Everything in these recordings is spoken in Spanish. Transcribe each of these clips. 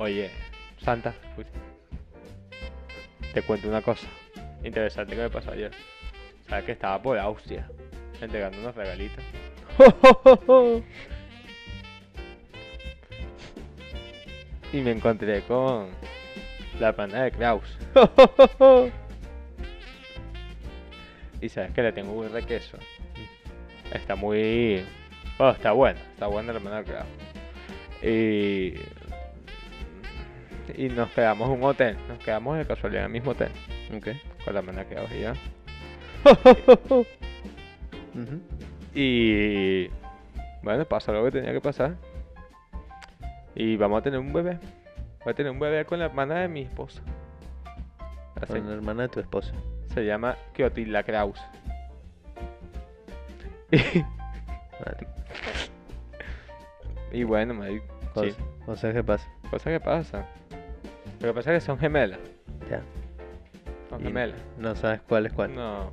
Oye, Santa, uy. te cuento una cosa interesante que me pasó ayer. Sabes que estaba por Austria entregando unos regalitos. y me encontré con la hermana de Kraus. y sabes que le tengo un requeso. Está muy. Bueno, está buena, está buena la hermana de Kraus. Y. Y nos quedamos en un hotel, nos quedamos de casualidad en el mismo hotel, Ok. con la hermana de Kraus y yo. Ujú. Y bueno, pasó lo que tenía que pasar. Y vamos a tener un bebé. Voy a tener un bebé con la hermana de mi esposa. La Con se- la hermana de tu esposa. Se llama Kiotila Kraus. Vale. Y bueno, me Cosa- sí, O sea, ¿qué pasa? cosas que pasan. Lo que pasa es que son gemelas. Ya. Son Y gemelas. No sabes cuál es cuál. No.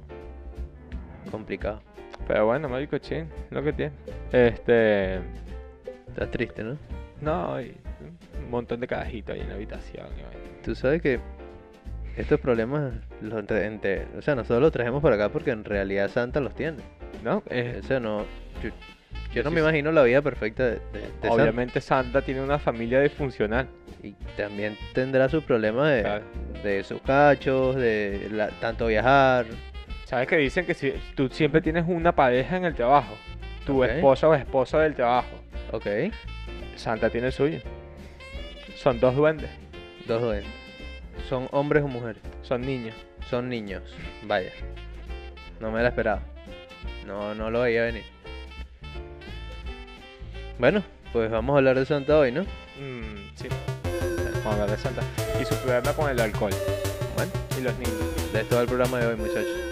Complicado. Pero bueno, marico, chin, lo que tiene. Este. Estás triste, ¿no? No, y un montón de carajitos ahí en la habitación. y bueno. Tú sabes que estos problemas, los entre- entre- o sea, nosotros los trajimos para acá porque en realidad Santa los tiene. No, eh, O sea, no, yo, yo no sí, me sí. imagino la vida perfecta de, de- de Santa. obviamente Santa tiene una familia disfuncional. Y también tendrá sus problemas de, Claro. de sus cachos, de la- tanto viajar. ¿Sabes que dicen que si tú siempre tienes una pareja en el trabajo? Tu Ok. esposa o esposa del trabajo. Ok, Santa tiene el suyo. Son dos duendes. dos duendes. ¿Son hombres o mujeres? Son niños. Son niños. Vaya. No me la esperaba. No, no lo veía venir. Bueno, pues vamos a hablar de Santa hoy, ¿no? Mm, sí. Vamos a hablar de Santa. Y su problema con el alcohol. Bueno. Y los niños. De esto va el programa de hoy, muchachos.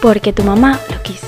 Porque tu mamá lo quiso.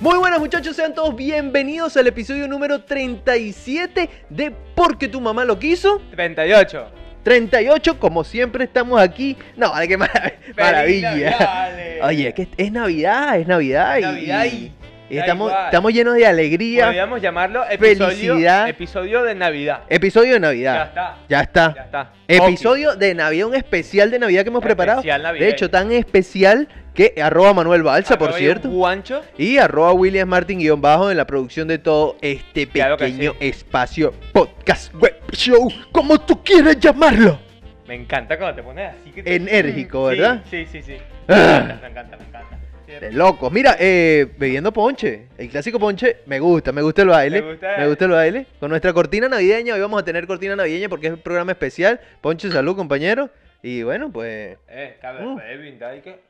Muy buenas, muchachos. Sean todos bienvenidos al episodio número 37 de Porque tu mamá lo quiso. 38. 38, como siempre, estamos aquí. No, vale, qué marav- maravilla. Oye, es que es Navidad, es Navidad. y- Navidad y- y da estamos, igual. estamos llenos de alegría. Podríamos llamarlo episodio, Felicidad. episodio de Navidad. Episodio Ya de Navidad. está. Ya está. Ya está. Episodio de Navidad, un especial de Navidad que hemos Oki. preparado. Especial De navideño. hecho, tan especial que arroba Manuel Balsa, por Arroba y cierto. Guancho. Y arroba William Martin guión bajo en la producción de todo este Claro que pequeño espacio podcast web show, como tú quieras llamarlo. Me encanta cuando te pones así. Que te- Enérgico, Mm, sí, ¿verdad? Sí, sí, sí. Ah. Me encanta, me encanta. Me De encanta. locos. Mira, eh, bebiendo ponche. El clásico ponche me gusta, me gusta el baile. Me gusta. Me gusta el baile. Con nuestra cortina navideña, hoy vamos a tener cortina navideña porque es un programa especial. Ponche, salud, compañero. Y bueno, pues Eh, cabrón, Uh. puedes brindar y que.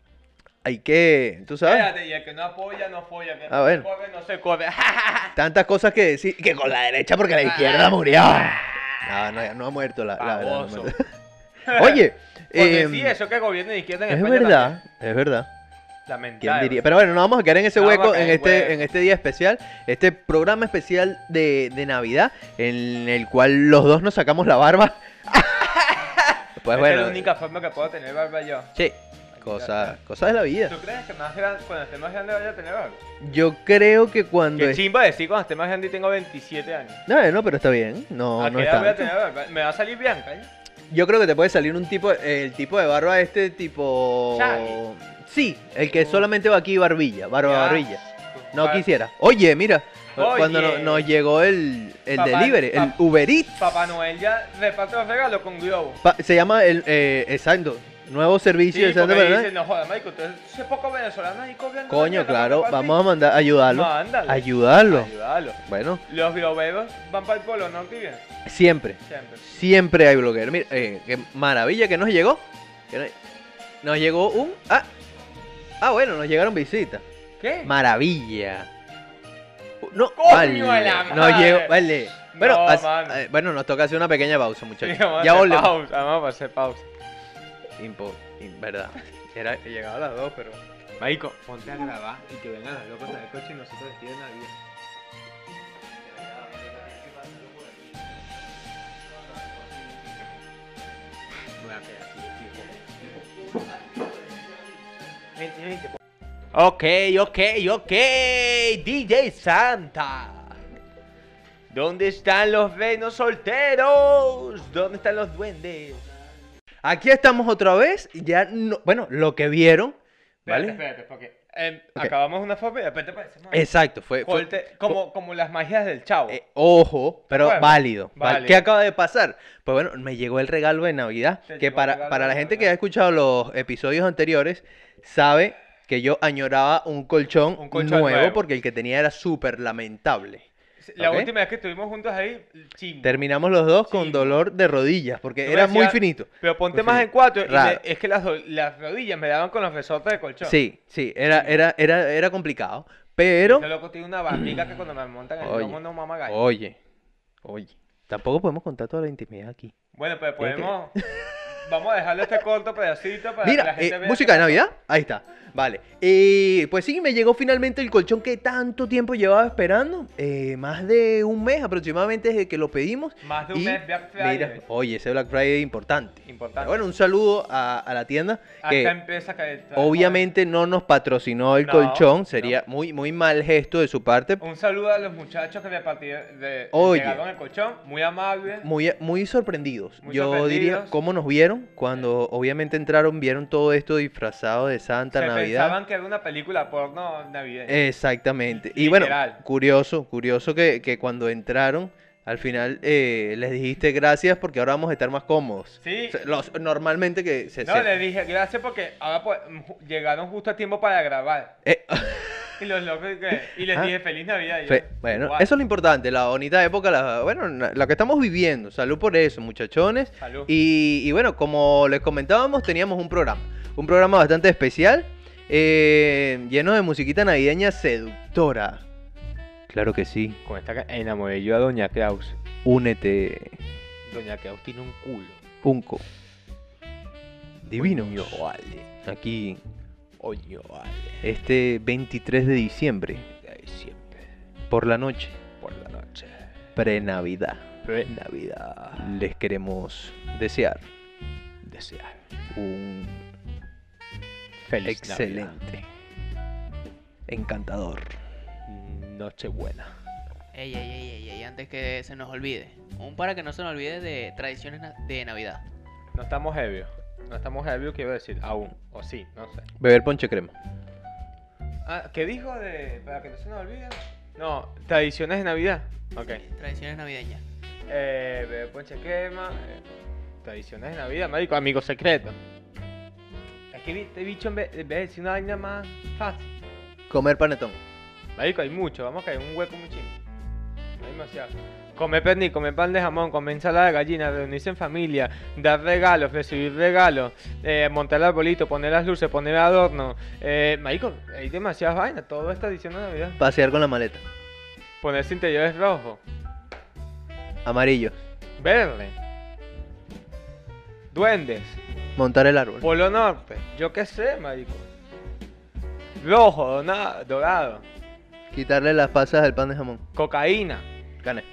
hay que, tú sabes, Espérate, y el que no apoya, no folla. Que Ah, bueno. no corre, no se corre. tantas cosas que decir. Que con la derecha porque Ah. la izquierda murió. No, no, no ha muerto la, la verdad. no ha Baboso. muerto. Oye, Porque em, sí, Pues eso que gobierna de izquierda en es España verdad, es verdad. también. Lamentable. ¿Quién diría? Pero bueno, no vamos a quedar en ese No vamos a hueco caer en en este, hueco. en este día especial, este programa especial de, de Navidad, en el cual los dos nos sacamos la barba. pues Esta bueno. Es la única forma que puedo tener barba yo. Sí, cosa, cosa de la vida. ¿Tú crees que más gran- cuando esté más grande vaya a tener barba? Yo creo que cuando Qué es... chimba decir cuando esté más grande y tengo 27 años. No, no, pero está bien. No, ¿A no qué edad Ah, voy a está. tener barba? Me va a salir blanca, ¿eh? Yo creo que te puede salir un tipo, el tipo de barba este tipo. Shaggy. Sí, el que solamente va aquí barbilla, barba Ya. barbilla. No Bar- quisiera. Oye, mira, Oye. cuando no- nos llegó el, el Papá- delivery, el pap- Uber Eats. Papá Noel ya reparte los regalos con globo. Pa- se llama el eh, exacto, nuevo servicio de Sí, Santa porque Bernarda. dicen, no joda, Michael, entonces si es poco venezolano ahí cobrando. Coño, claro, vamos a mandar ayudarlo, Mándalo. ayudarlo. Ayúdalo. Bueno, Los globeros van para el polo norte y bien, siempre, siempre. siempre hay blogueros. Mira, eh, qué maravilla que nos llegó. que no- Nos llegó un ah, ah bueno, nos llegaron visitas. ¿Qué? Maravilla. No, Coño vale. a la No madre. llego, vale. Bueno, No, haz- mano. eh, bueno, nos toca hacer una pequeña pausa, Sí, muchachos. vamos a ya hacer volvemos. pausa, Vamos a hacer pausa. Impo, in- verdad. Era, Llegaba a las dos, pero. Marico, ponte a grabar y que vengan las locas en el coche y nosotros despiden a Dios. Ok, ok, ok, DJ Santa. ¿Dónde están los venos solteros? ¿Dónde están los duendes? Aquí estamos otra vez, ya no, bueno, lo que vieron, Espérate, ¿vale? espérate, porque em, Ok. acabamos una foto y de repente aparecemos ahí. Exacto, fue, fue- Corte- como, como las magias del chavo. eh, ojo, pero Bueno, válido. val- válido. ¿Qué acaba de pasar? Pues bueno, me llegó el regalo de Navidad, Te que llegó el para, regalo para de la gente que Navidad. ha escuchado los episodios anteriores, sabe que yo añoraba un colchón, Un colchón nuevo. porque el que tenía era súper lamentable. La ok. última vez que estuvimos juntos ahí, chimbo. Terminamos los dos Sí. con dolor de rodillas, porque Tú me era muy decías- finito. Pero ponte Muy más finito. en cuatro. y me- Raro. es que las, do- las rodillas me daban con los resortes de colchón. Sí, sí, era, era, era, era complicado. Pero, Ese loco tiene una barriga que cuando me montan el Oye. lomo no mama gallo. oye, oye, tampoco podemos contar toda la intimidad aquí. Bueno, pues Tiene que- podemos. Vamos a dejarle este corto pedacito para que la Mira, gente eh, vea. música que- de Navidad, ahí está. Vale, eh, pues sí, me llegó finalmente el colchón que tanto tiempo llevaba esperando. eh, más de un mes aproximadamente desde que lo pedimos. Más de un y mes Black Friday. mira, oye, ese Black Friday es importante. Pero Importante. bueno, un saludo a, a la tienda. que- Acá empieza a caer. Obviamente no nos patrocinó el No, colchón, sería muy, muy mal gesto de su parte. Un saludo a los muchachos que repartieron de, Oye. llegaron el colchón, muy amables. Muy, muy sorprendidos. Muy Yo diría sorprendidos. cómo nos vieron cuando obviamente entraron, vieron todo esto disfrazado de Santa se Navidad. Eh, pensaban que era una película porno navideña. Exactamente. Y bueno, Literal. curioso, curioso que, que cuando entraron, al final eh, les dijiste gracias porque ahora vamos a estar más cómodos. Sí. O sea, los- normalmente que se... no, se- le dije gracias porque ahora pues, ju- llegaron justo a tiempo para grabar. Eh, Y los locos que- y les Ah. dije feliz Navidad. y yo, Fe- bueno, "Guau". eso es lo importante, la bonita época, la, bueno, na- la que estamos viviendo. Salud por eso, muchachones. Salud. Y, y bueno, como les comentábamos, teníamos un programa, un programa bastante especial, eh, lleno de musiquita navideña seductora. Claro que sí, Con esta ca- enamoré yo a Doña Klaus. únete, Doña Klaus tiene un culo. Punco. Divino. Coño, vale. Aquí, Oño, vale. este 23 de diciembre, Ahí Siempre. por la noche, Por la noche. pre-Navidad, Navidad. les queremos desear Desear. un Feliz Navidad. Excelente. Encantador. Nochebuena. Ey, ey, ey, ey, ey, antes que se nos olvide. Un para que no se nos olvide de tradiciones na- de Navidad. No estamos ebrios. No estamos ebrios, quiero decir, aún. O sí, no sé. Beber ponche crema. Ah, ¿qué dijo de. para que no se nos olvide? No, tradiciones de Navidad. Ok. Sí, Tradiciones navideñas. Eh, bebé ponche crema. eh, tradiciones de Navidad, marico, amigo secreto. Es que este bicho en vez, en vez de decir una vaina más fácil. Comer panetón. Marico, hay mucho, vamos a caer en un hueco muy chino. Hay demasiado. Comer pernil, comer pan de jamón, comer ensalada de gallina, reunirse en familia, dar regalos, recibir regalos, eh, montar el arbolito, poner las luces, poner adorno. Eh, marico, hay demasiadas vainas, todo está diciendo Navidad. Pasear con la maleta. Ponerse interiores rojo, Amarillo. verde. Duendes, Montar el árbol. Polo Norte, yo qué sé, marico. Rojo, dona- dorado, Quitarle las pasas al pan de jamón. cocaína. Gané.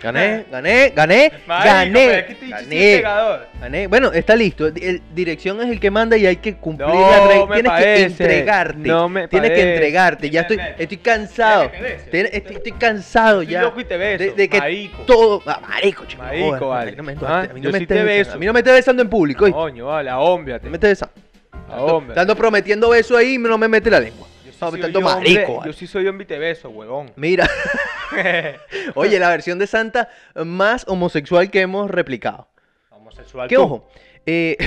Gané, gané, gané, Marico, pero es que gané. este bicho es un Gané. pegador. Gané. Bueno, está listo. El- dirección es el que manda y hay que cumplir No la regla. me Tienes parece. que entregarte. No me Tienes que parece. entregarte. Ya Tienes estoy, reto. estoy cansado. Tienes que beso. Tienes- estoy, estoy cansado Estoy ya. loco y te beso, De, de que marico. todo. ah, marico, chico. Marico, joder, no vale. te- no me- Ah, a mí yo no me sí estés te besando. beso. A mí no me estés besando en público. ¿oíste? Coño, vale, ahómbiate. No me estés besando. Tanto, Ahómbiate. tanto prometiendo beso ahí y no me mete la lengua. Yo sí No, soy tanto hombre, marico. vale. Yo sí soy hombre y te beso, huevón. Mira, oye, la versión de Santa más homosexual que hemos replicado. Homosexual. Que tú. ojo. eh,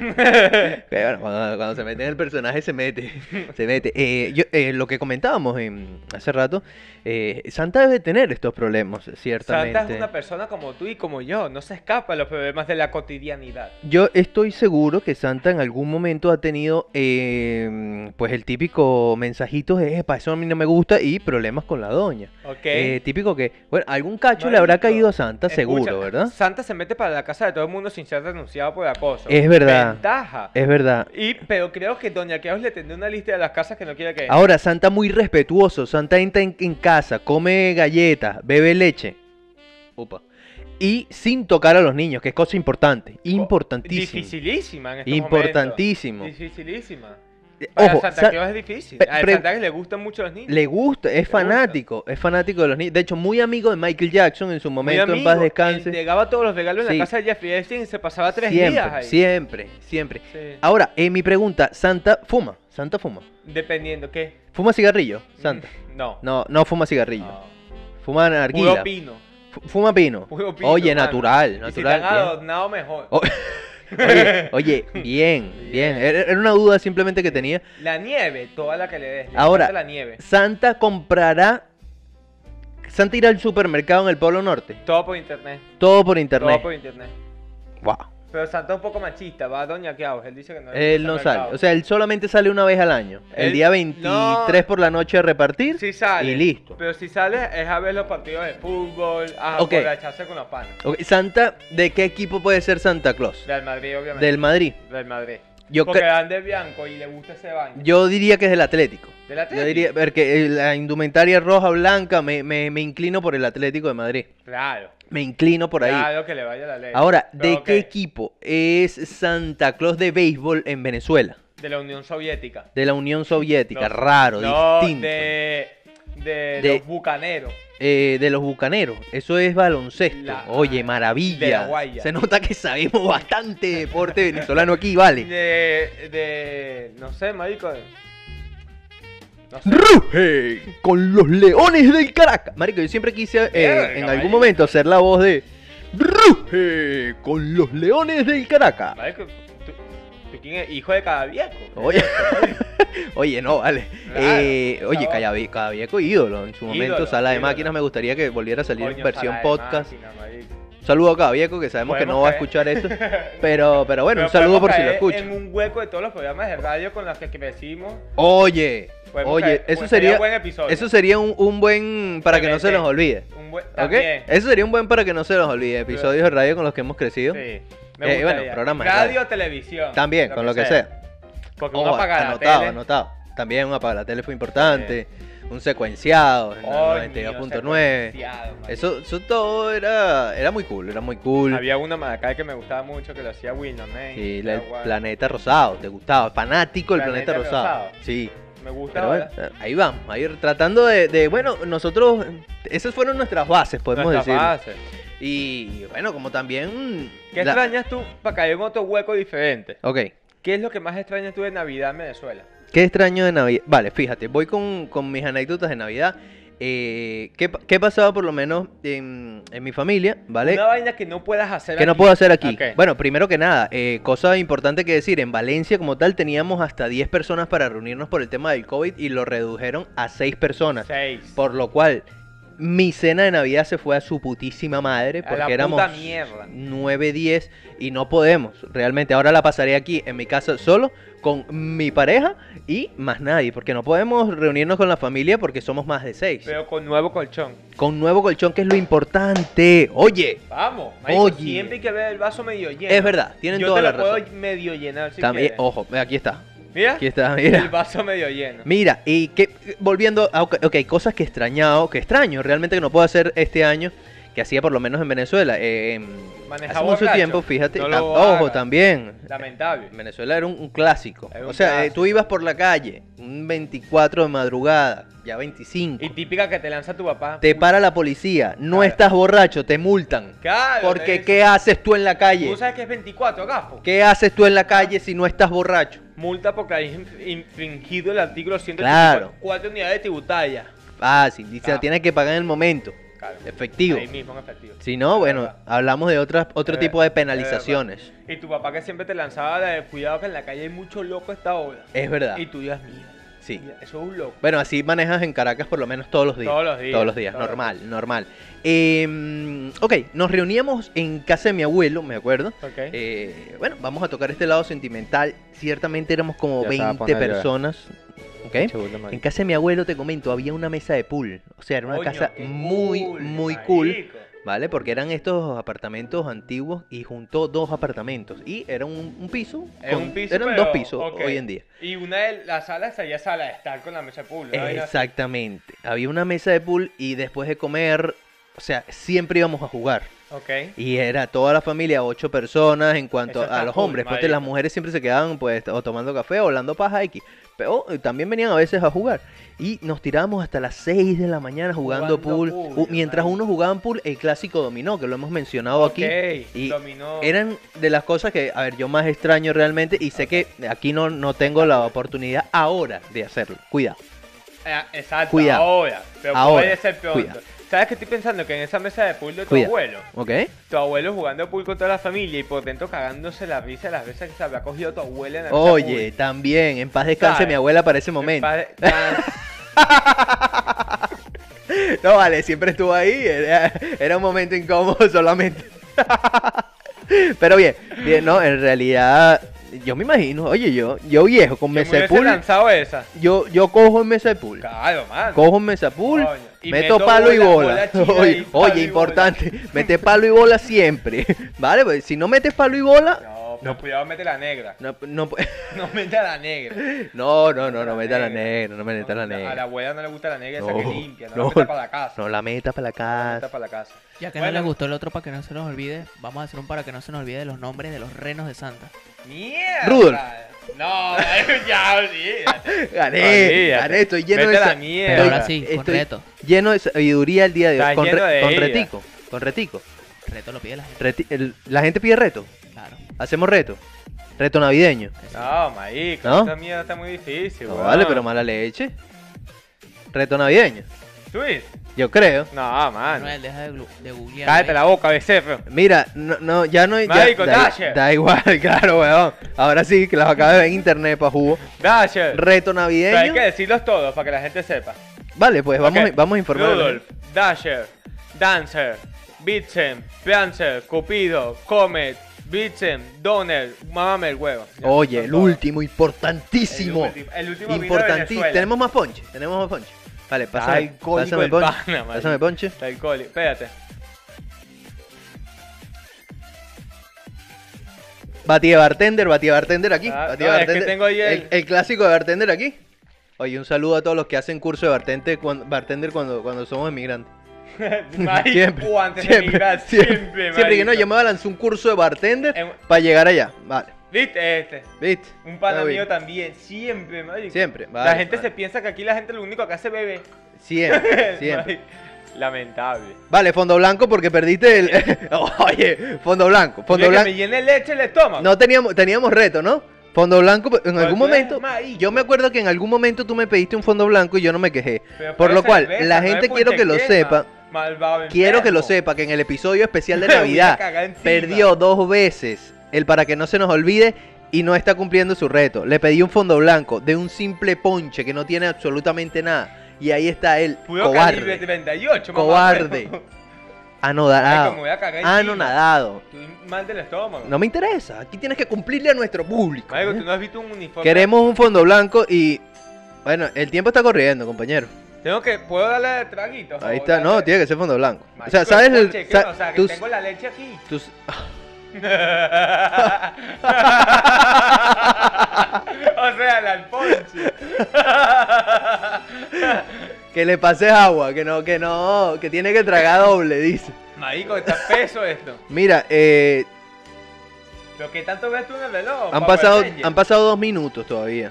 bueno, cuando, cuando se mete en el personaje se mete. Se mete. Eh, yo- eh, lo que comentábamos en- hace rato, eh, Santa debe tener estos problemas, ciertamente. Santa es una persona como tú y como yo. No se escapa a los problemas de la cotidianidad. Yo estoy seguro que Santa en algún momento ha tenido eh, pues el típico mensajito de "Epa, eso a mí no me gusta y problemas con la doña. ¿Ok? Eh, típico que, bueno, algún cacho le Marico, habrá caído a Santa Escucha, seguro, ¿verdad? Santa se mete para la casa de todo el mundo sin ser denunciado por la cosas. Es verdad. Ventaja. Es verdad. Y, pero creo que Doña Claus le tendrá una lista de las casas que no quiere que. Ahora, Santa muy respetuoso. Santa entra en, en casa, come galletas, bebe leche. Opa. Y sin tocar a los niños, que es cosa importante. Importantísimo. Dificilísima Oh, en estos Importantísimo. momentos. Dificilísima. Eh, Para Ojo, Santa Sa- Claus es difícil. Pe- A pre- Santa Claus le gustan mucho los niños. le gusta, es gusta. fanático, es fanático de los niños. De hecho, muy amigo de Michael Jackson en su Mi momento, en amigo paz descanse. Entregaba todos los regalos en Sí. la casa de Jeffrey Epstein y se pasaba tres días Siempre, ahí. siempre, siempre. Sí. Ahora, eh, mi pregunta, Santa fuma, Santa fuma. Dependiendo, ¿qué? ¿Fuma cigarrillo, Santa? Mm, No. No, no fuma cigarrillo. No. Fuma Puro narguila. pino. Fu- Fuma pino. Puro pino, Oye, mano. natural, Y si te han natural. adornado mejor. Oh. bien. Oye, oye, bien, bien. Era era una duda simplemente que tenía. La nieve, toda la que le des. le Ahora- encanta La nieve. Santa comprará. Santa irá al supermercado en el Polo Norte. Todo por internet. Todo por Todo internet. por internet. Wow. Pero Santa es un poco machista, va a Doña Claus. Él dice que no. Él no sale. O sea, él solamente sale una vez al año. El Él- día no. 23 por la noche a repartir. si sale. y listo. Pero si sale es a ver los partidos de fútbol, a Ok. aprovecharse con los panas. Ok, Santa, ¿de qué equipo puede ser Santa Claus? Del Madrid, obviamente. Del Madrid. Del Madrid. Yo, Porque cre- van de blanco y le gusta ese baño. yo diría que es del Atlético. Del Atlético. Yo diría, porque eh, la indumentaria roja, blanca, me, me- me inclino por el Atlético de Madrid. Claro. Me inclino por ahí. Claro que le vaya la ley. Ahora, ¿de Pero, qué ok, equipo es Santa Claus de béisbol en Venezuela? De la Unión Soviética. De la Unión Soviética, No, raro, no, distinto. De, de, De- los bucaneros. Eh, de los bucaneros, eso es baloncesto. La- Oye, de maravilla. la guaya. Se nota que sabemos bastante de deporte venezolano aquí, vale. De, de. No sé, marico. de- No sé. ¡Ruge! Con los leones del Caracas. Marico, yo siempre quise eh, Verga, en marico. algún momento hacer la voz de. ¡Ruge! Con los leones del Caracas. Marico, tú, tú quién es hijo de cada viejo. Oye, oye, no, vale. Claro, Eh, por oye, favor. Callavi- Cadavieco, ídolo. En su momento, Ídolo, Sala de ídolo. Máquinas, me gustaría que volviera a salir en Coño, versión sala de podcast. máquina, marico. Un saludo a Cadavieco, que sabemos que Podemos no va a caer. escuchar esto. Pero, pero bueno, Pero un saludo por podemos si lo caer escucha. En un hueco de todos los programas de radio con los que crecimos. Oye, Podemos oye, caer- eso bueno, sería, buen episodio. eso sería un, un buen para que no se Obviamente. nos olvide. Un buen. ¿Ok? También. Eso sería un buen para que no se nos olvide. Episodios de radio con los que hemos crecido. Sí. Eh, bueno, gustaría. programa de Radio, radio. televisión. También, con lo que sea. Porque Ojo, uno apaga la anotado, tele. anotado. También un apaga la tele fue importante. Un secuenciado, en Coño, el 92.9. secuenciado, marico. Eso, eso todo era, era muy cool, era muy cool. Había una maracay que me gustaba mucho que lo hacía Windows, ¿eh? Sí, la- el Agua. planeta rosado, te gustaba. Fanático del planeta, Planeta rosado. Rosado. Sí. Me gusta Pero ahora. bueno, ahí vamos, ahí tratando de, de, bueno, nosotros, esas fueron nuestras bases, podemos Nuestras decir. bases. Y bueno, como también... mm, ¿Qué la- extrañas tú para caer en otro hueco diferente? Ok, ¿Qué es lo que más extrañas tú de Navidad en Venezuela? ¿qué extraño de Navidad? Vale, fíjate, voy con, con mis anécdotas de Navidad. Eh, ¿qué, pa- qué pasaba por lo menos en, en mi familia? ¿Vale? Una vaina que no puedas hacer ¿Qué no aquí. puedo hacer aquí? Ok. Bueno, primero que nada, eh, cosa importante que decir, en Valencia como tal teníamos hasta 10 personas para reunirnos por el tema del COVID y lo redujeron a 6 personas. Seis. Por lo cual, mi cena de Navidad se fue a su putísima madre A la porque éramos puta mierda. 9, 10 y no podemos. Realmente ahora la pasaré aquí en mi casa solo con mi pareja y más nadie porque no podemos reunirnos con la familia porque somos más de 6. Pero con nuevo colchón. Con nuevo colchón que es lo importante. Oye, Vamos. marico, Oye. Siempre hay que ver el vaso medio lleno. es verdad, tienen Yo toda te la lo razón. puedo medio llenar si También, quieres. ojo, aquí está. Mira. Aquí está, El mira. vaso medio lleno. Mira, y que volviendo a ok, ok, cosas que he extrañado, que extraño, realmente que no puedo hacer este año, que hacía por lo menos en Venezuela. eh, em, Manejaba hace mucho borracho. tiempo, fíjate, No tam- lo ojo hagas. también. Lamentable. Venezuela era un, un clásico. Era o un sea, eh, tú clásico. ibas por la calle, un 24 de madrugada, ya 25. Y típica que te lanza tu papá. te para la policía, no Claro. estás borracho, te multan. Claro. te Porque dice, ¿qué haces tú en la calle? Tú sabes que es 24, gafo. ¿Qué haces tú en la calle si no estás borracho? Multa porque hay inf- infringido el artículo 184. Claro. Cuatro unidades tributarias. Fácil, dice, Claro. tienes que pagar en el momento. Claro. Efectivo. Ahí mismo en efectivo. Si no, bueno, verdad. hablamos de otras, otro Es tipo de verdad, es verdad. penalizaciones. Y tu papá que siempre te lanzaba la de cuidado que en la calle hay mucho loco a esta hora. Es verdad. Y tú digas, mira, Sí. mira, eso es un loco. Bueno, así manejas en Caracas por lo menos todos los días. Todos los días, Todos los días, todos los normal, normal. Eh, ok, nos reuníamos en casa de mi abuelo, me acuerdo. Ok. Eh, bueno, vamos a tocar este lado sentimental. Ciertamente éramos como Ya se va a 20 poner a llorar. personas. ¿Eh? ¿Ok? En casa de mi abuelo, te comento, había una mesa de pool. O sea, era una Coño, casa qué muy, cool, muy cool. marico. ¿vale? Porque eran estos apartamentos antiguos y juntó dos apartamentos. Y era un, un piso. Era con- un piso, eran pero, dos pisos ok. hoy en día. Y una de las salas sería sala de estar con la mesa de pool. una vaina así. Exactamente. Había una mesa de pool y después de comer, o sea, siempre íbamos a jugar. Ok. Y era toda la familia, ocho personas en cuanto Eso está a los cool, hombres. Porque marico. las mujeres siempre se quedaban pues o tomando café o hablando paja X. Pero eh, también venían a veces a jugar. Y nos tirábamos hasta las 6 de la mañana jugando, Jugando pool. pool, U- mientras marico. unos jugaban pool, el clásico dominó, que lo hemos mencionado aquí. Ok, y dominó. Eran de las cosas que, a ver, yo más extraño realmente y sé que aquí no, no tengo la oportunidad ahora de hacerlo. Cuidado. Eh, exacto, Cuidado. ahora. Pero Ahora, puede ser pronto. cuidado. ¿Sabes qué estoy pensando? Que en esa mesa de pool de tu Cuidado. abuelo, ¿Ok? tu abuelo jugando pool con toda la familia y por dentro cagándose la risa las veces que se habrá cogido tu abuela en la mesa de Oye, también, en paz descanse ¿Sabes? mi abuela para ese pool. momento. En paz descanse. No, vale, siempre estuvo ahí. Era, era un momento incómodo solamente. Pero bien, bien, no, en realidad, yo me imagino, oye, yo, yo viejo con Yo me mesa de hubiese pool, lanzado esa. yo, yo cojo mesa de pool. Claro, man. Cojo mesa de pool, Coño, y meto, meto palo y bola, bola. bola china oye, y palo oye, y importante, mete palo y bola siempre. Vale, pues si no metes palo y bola, No, pero cuidado, mete la negra. no, no, pu- No mete a la negra. no, no, no, no meta la negra. negra, no meta la A la negra. abuela no le gusta la negra esa No, que limpia, no, no, la meta para la casa. No la meta para la No la meta casa. para la casa. Ya que no Bueno. le gustó el otro para que no se nos olvide, vamos a hacer un para que no se nos olvide de los nombres de los renos de Santa. ¡Mierda! Rudolf. No, ya, olvídate. Gané, Olvídate. gané, estoy lleno Vete de a la sa- mierda. Pero ahora estoy- sí, con estoy reto. Lleno de sabiduría el día de hoy. Estás Con, re- lleno de con ella. retico, con retico. Reto lo pide la gente. Reti- el- la gente pide reto. Claro. Hacemos reto. Reto navideño. que sí. No, marico, ¿No? esta mierda está muy difícil, No weón. vale, pero mala leche. Reto navideño. ¿Twist? Yo creo. No, mano. Manuel, deja de, glu- de googlear. Cállate la boca, becerro. Mira, no, no, ya no hay. ya- Marico, da, Dasher. da igual, claro, weón. Ahora sí, que las acabas de ver en internet para jugo. Dasher. Reto Pero hay que navideño. decirlos todos para que la gente sepa. Vale, pues vamos, Ok. vamos a informar. a la Rudolph, Dasher, Dancer, Bitsem, Prancer, Cupido, Comet, Bitsem, Donner, mamame el huevo. gente. Ya, Oye, son el todos. último, importantísimo. El último, el último vino de Importantísimo. Venezuela. Tenemos más ponche. Tenemos más ponche. Vale, Está pásame, alcohólico pásame el ponche. pana, marico. Pásame ponche. Está alcohólico. Espérate. Batida bartender, batida bartender aquí. Ah, batida no, es que bartender. tengo ahí el- clásico de bartender aquí. Oye, un saludo a todos los que hacen curso de bartender cuando, bartender cuando, cuando somos emigrantes. Marico, siempre, antes de siempre, emigrar, siempre, siempre, siempre que no, marico. yo me balancé un curso de bartender En- para llegar allá. Vale, Viste, este. ¿viste? Un pana Está bien. mío también, siempre, marico. Siempre, la vale, gente vale. se piensa que aquí la gente lo único que hace es beber. Siempre, siempre. Marico, Lamentable. Vale, fondo blanco porque perdiste el. Oh, Oye, fondo blanco, fondo Yo que blanco. me llene leche el estómago. No teníamos, teníamos reto, ¿no? Fondo blanco, pues, en algún tú eres momento. marico. Yo me acuerdo que en algún momento tú me pediste un fondo blanco y yo no me quejé. Pero Por fue lo cual, cerveza, la no gente es quiero que lo punchequema, sepa. malvado Quiero que lo enfermo. sepa que en el episodio especial de Me voy a Navidad cagar encima. perdió dos veces el para que no se nos olvide y no está cumpliendo su reto. Le pedí un fondo blanco de un simple ponche que no tiene absolutamente nada. Y ahí está él, Puro calibre cobarde, 38, mamá. Cobarde. Ah. Ay, como anodado, voy a cagar encima. anonadado. Estoy mal del estómago. No me interesa, aquí tienes que cumplirle a nuestro público. Marico, ¿eh? tú no has visto un uniforme. Queremos un fondo blanco y... Bueno, el tiempo está corriendo, compañero. Tengo que. ¿Puedo darle traguito? Ahí está, no, tiene que ser fondo blanco. O sea, Marico, ¿sabes? el- ponche, que sa- no, o sea, que tus- tengo la leche aquí. tus- o sea, la alponche. Que le pases agua, que no, que no, que tiene que tragar doble, dice. Marico, está peso esto. Mira, eh, Lo que tanto ves tú en el reloj. han, Power pasado, Ranger. han pasado dos minutos todavía.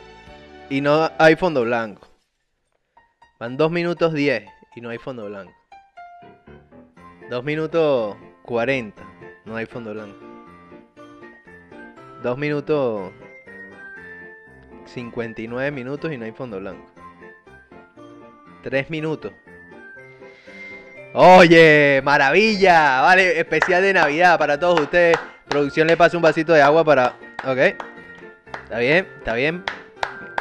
Y no hay fondo blanco. Van dos minutos diez y no hay fondo blanco. Dos minutos cuarenta, no hay fondo blanco. Dos minutos cincuenta y nueve minutos y no hay fondo blanco. Tres minutos. Oye, maravilla. Vale, especial de Navidad para todos ustedes. Producción le pasa un vasito de agua para... Ok. Está bien, está bien.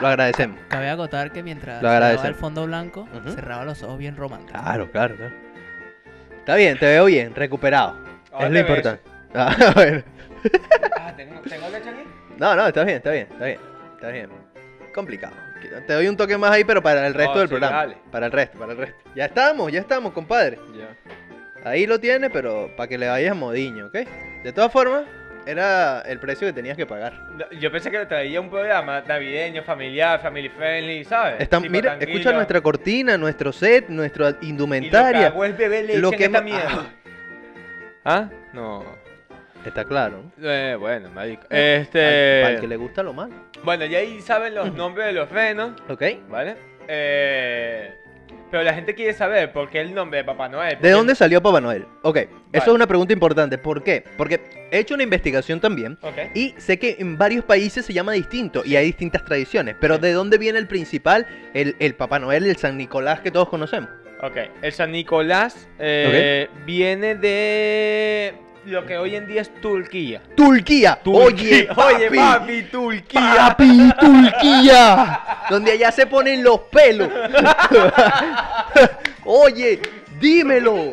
Lo agradecemos. Cabe agotar que mientras Lo cerraba el agradecemos. fondo blanco, Ujú. cerraba los ojos bien romántico. Claro, claro, claro. Está bien, te veo bien, recuperado. Ahora te es lo ves. importante. Ah, bueno. Ah, ¿tengo, tengo leche aquí? No, no, está bien, está bien, está bien. Está bien. Complicado. Te doy un toque más ahí, pero para el resto Oh, del sí, programa. dale. Para el resto, para el resto. Ya estamos, ya estamos, compadre. Ya. Ahí lo tiene, pero para que le vayas modiño, ¿ok? De todas formas, era el precio que tenías que pagar. No, Yo pensé que le traía un programa navideño, familiar, family friendly, ¿sabes? Está- Tipo, mira, tranquilo. escucha nuestra cortina, nuestro set, nuestra Y lo indumentaria. que hago es beber leche lo en que esta ma- mierda. ¿Ah? No. Está claro. Eh, bueno, marico. Al- Al, Este. que le gusta lo malo. Bueno, ya ahí saben los nombres de los venos, ¿Ok? ¿vale? Eh, Pero la gente quiere saber por qué el nombre de Papá Noel. ¿De porque- dónde salió Papá Noel? Ok, eso es Vale. una pregunta importante. ¿Por qué? Porque he hecho una investigación también Ok. y sé que en varios países se llama distinto y hay distintas tradiciones. Pero ¿de dónde viene el principal? El, el Papá Noel, el San Nicolás que todos conocemos. Ok, el San Nicolás eh, viene de lo que hoy en día es Turquía. Turquía. Oye, Turquía. papi. Oye, papi, Turquía. Papi, Turquía. Donde allá se ponen los pelos. Oye, dímelo.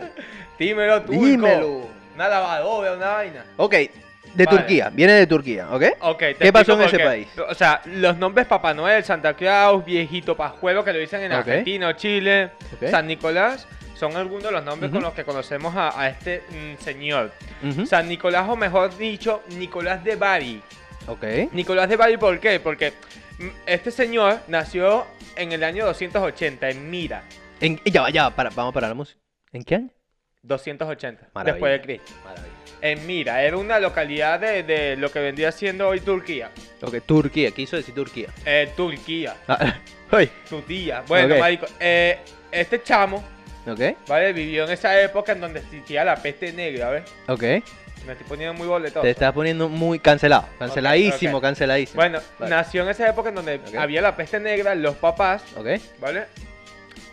Dímelo, turco. Dímelo. Una lavadora, una vaina. Ok, de Vale. Turquía. Viene de Turquía, ¿ok? Ok, te ¿Qué pasó en explico por ese qué. O sea, los nombres Papá Noel, Santa Claus, Viejito Pascuero, que lo dicen en Ok. Argentina o Chile, Ok. San Nicolás, son algunos de los nombres con Ujú. los que conocemos a, a este mm, señor. Ujú. San Nicolás, o mejor dicho, Nicolás de Bari. Ok. Nicolás de Bari, ¿por qué? Porque mm, este señor nació en el año 280, en Mira. En- ya, va, ya, va, para, vamos a parar la música. ¿En qué año? 280, Maravilla. después de Cristo. Maravilla. En Mira, era una localidad de, de lo que vendría siendo hoy Turquía. Ok, Turquía. ¿Qué hizo decir Turquía? Eh, Turquía, Ah, Oye, tu tía. Bueno, Ok. marico, eh, este chamo, ok, ¿vale? Vivió en esa época en donde existía la peste negra, ¿ves? ok. Me estoy poniendo muy boletoso. Te estás poniendo muy cancelado. Canceladísimo, ok. canceladísimo. Bueno, Vale. nació en esa época en donde Ok. había la peste negra, los papás, Ok, ¿vale?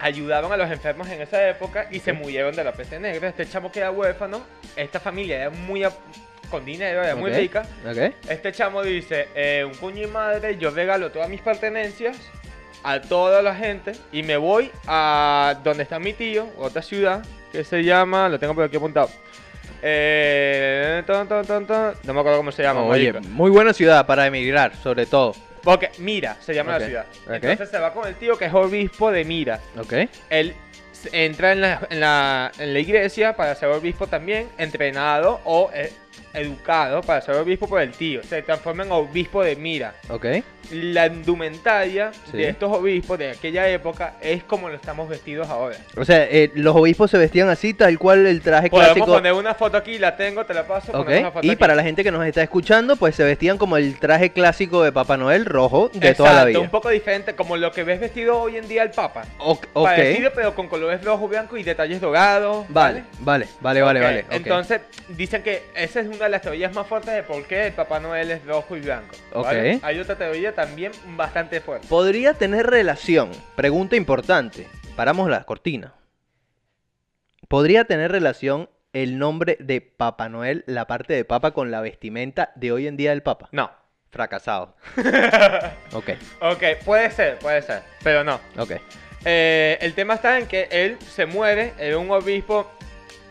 Ayudaban a los enfermos en esa época y se murieron de la peste negra. Este chamo queda huérfano. Esta familia era muy ap- con dinero, era muy Ok. rica. ok. Este chamo dice, eh, un puño y madre, yo regalo todas mis pertenencias a toda la gente y me voy a donde está mi tío, otra ciudad, que se llama, lo tengo por aquí apuntado. Eh, ton, ton, ton, ton, no me acuerdo cómo se llama. Oye, marico. muy buena ciudad para emigrar, sobre todo. Porque Mira se llama Ok, la ciudad. ok. Entonces se va con el tío que es obispo de Mira. Ok. Él s- entra en la, en la- en la iglesia para ser obispo también, entrenado o eh, educado para ser obispo por el tío. Se transforma en obispo de Mira. Ok, la indumentaria Sí. de estos obispos de aquella época es como lo estamos vestidos ahora. o sea, eh, los obispos se vestían así, tal cual el traje Podemos clásico. poner una foto aquí, la tengo, te la paso. Ok, ponemos la foto y aquí. para la gente que nos está escuchando, pues se vestían como el traje clásico de Papá Noel rojo de Exacto, toda la vida. un poco diferente, como lo que ves vestido hoy en día el Papa. O- ok, Parecido, pero con colores rojo, blanco y detalles dorados. vale, vale, vale, vale, Ok, vale. ok. Eh, Entonces, dicen que esa es una de las teorías más fuertes de por qué el Papá Noel es rojo y blanco. Ok. ¿vale? Hay otra teoría también bastante fuerte. ¿Podría tener relación? Pregunta importante. Paramos la cortina. ¿Podría tener relación el nombre de Papá Noel, la parte de Papa, con la vestimenta de hoy en día del Papa? No. Fracasado. ok, Ok, puede ser, puede ser, pero no. ok. Eh, el tema está en que él se muere, era un obispo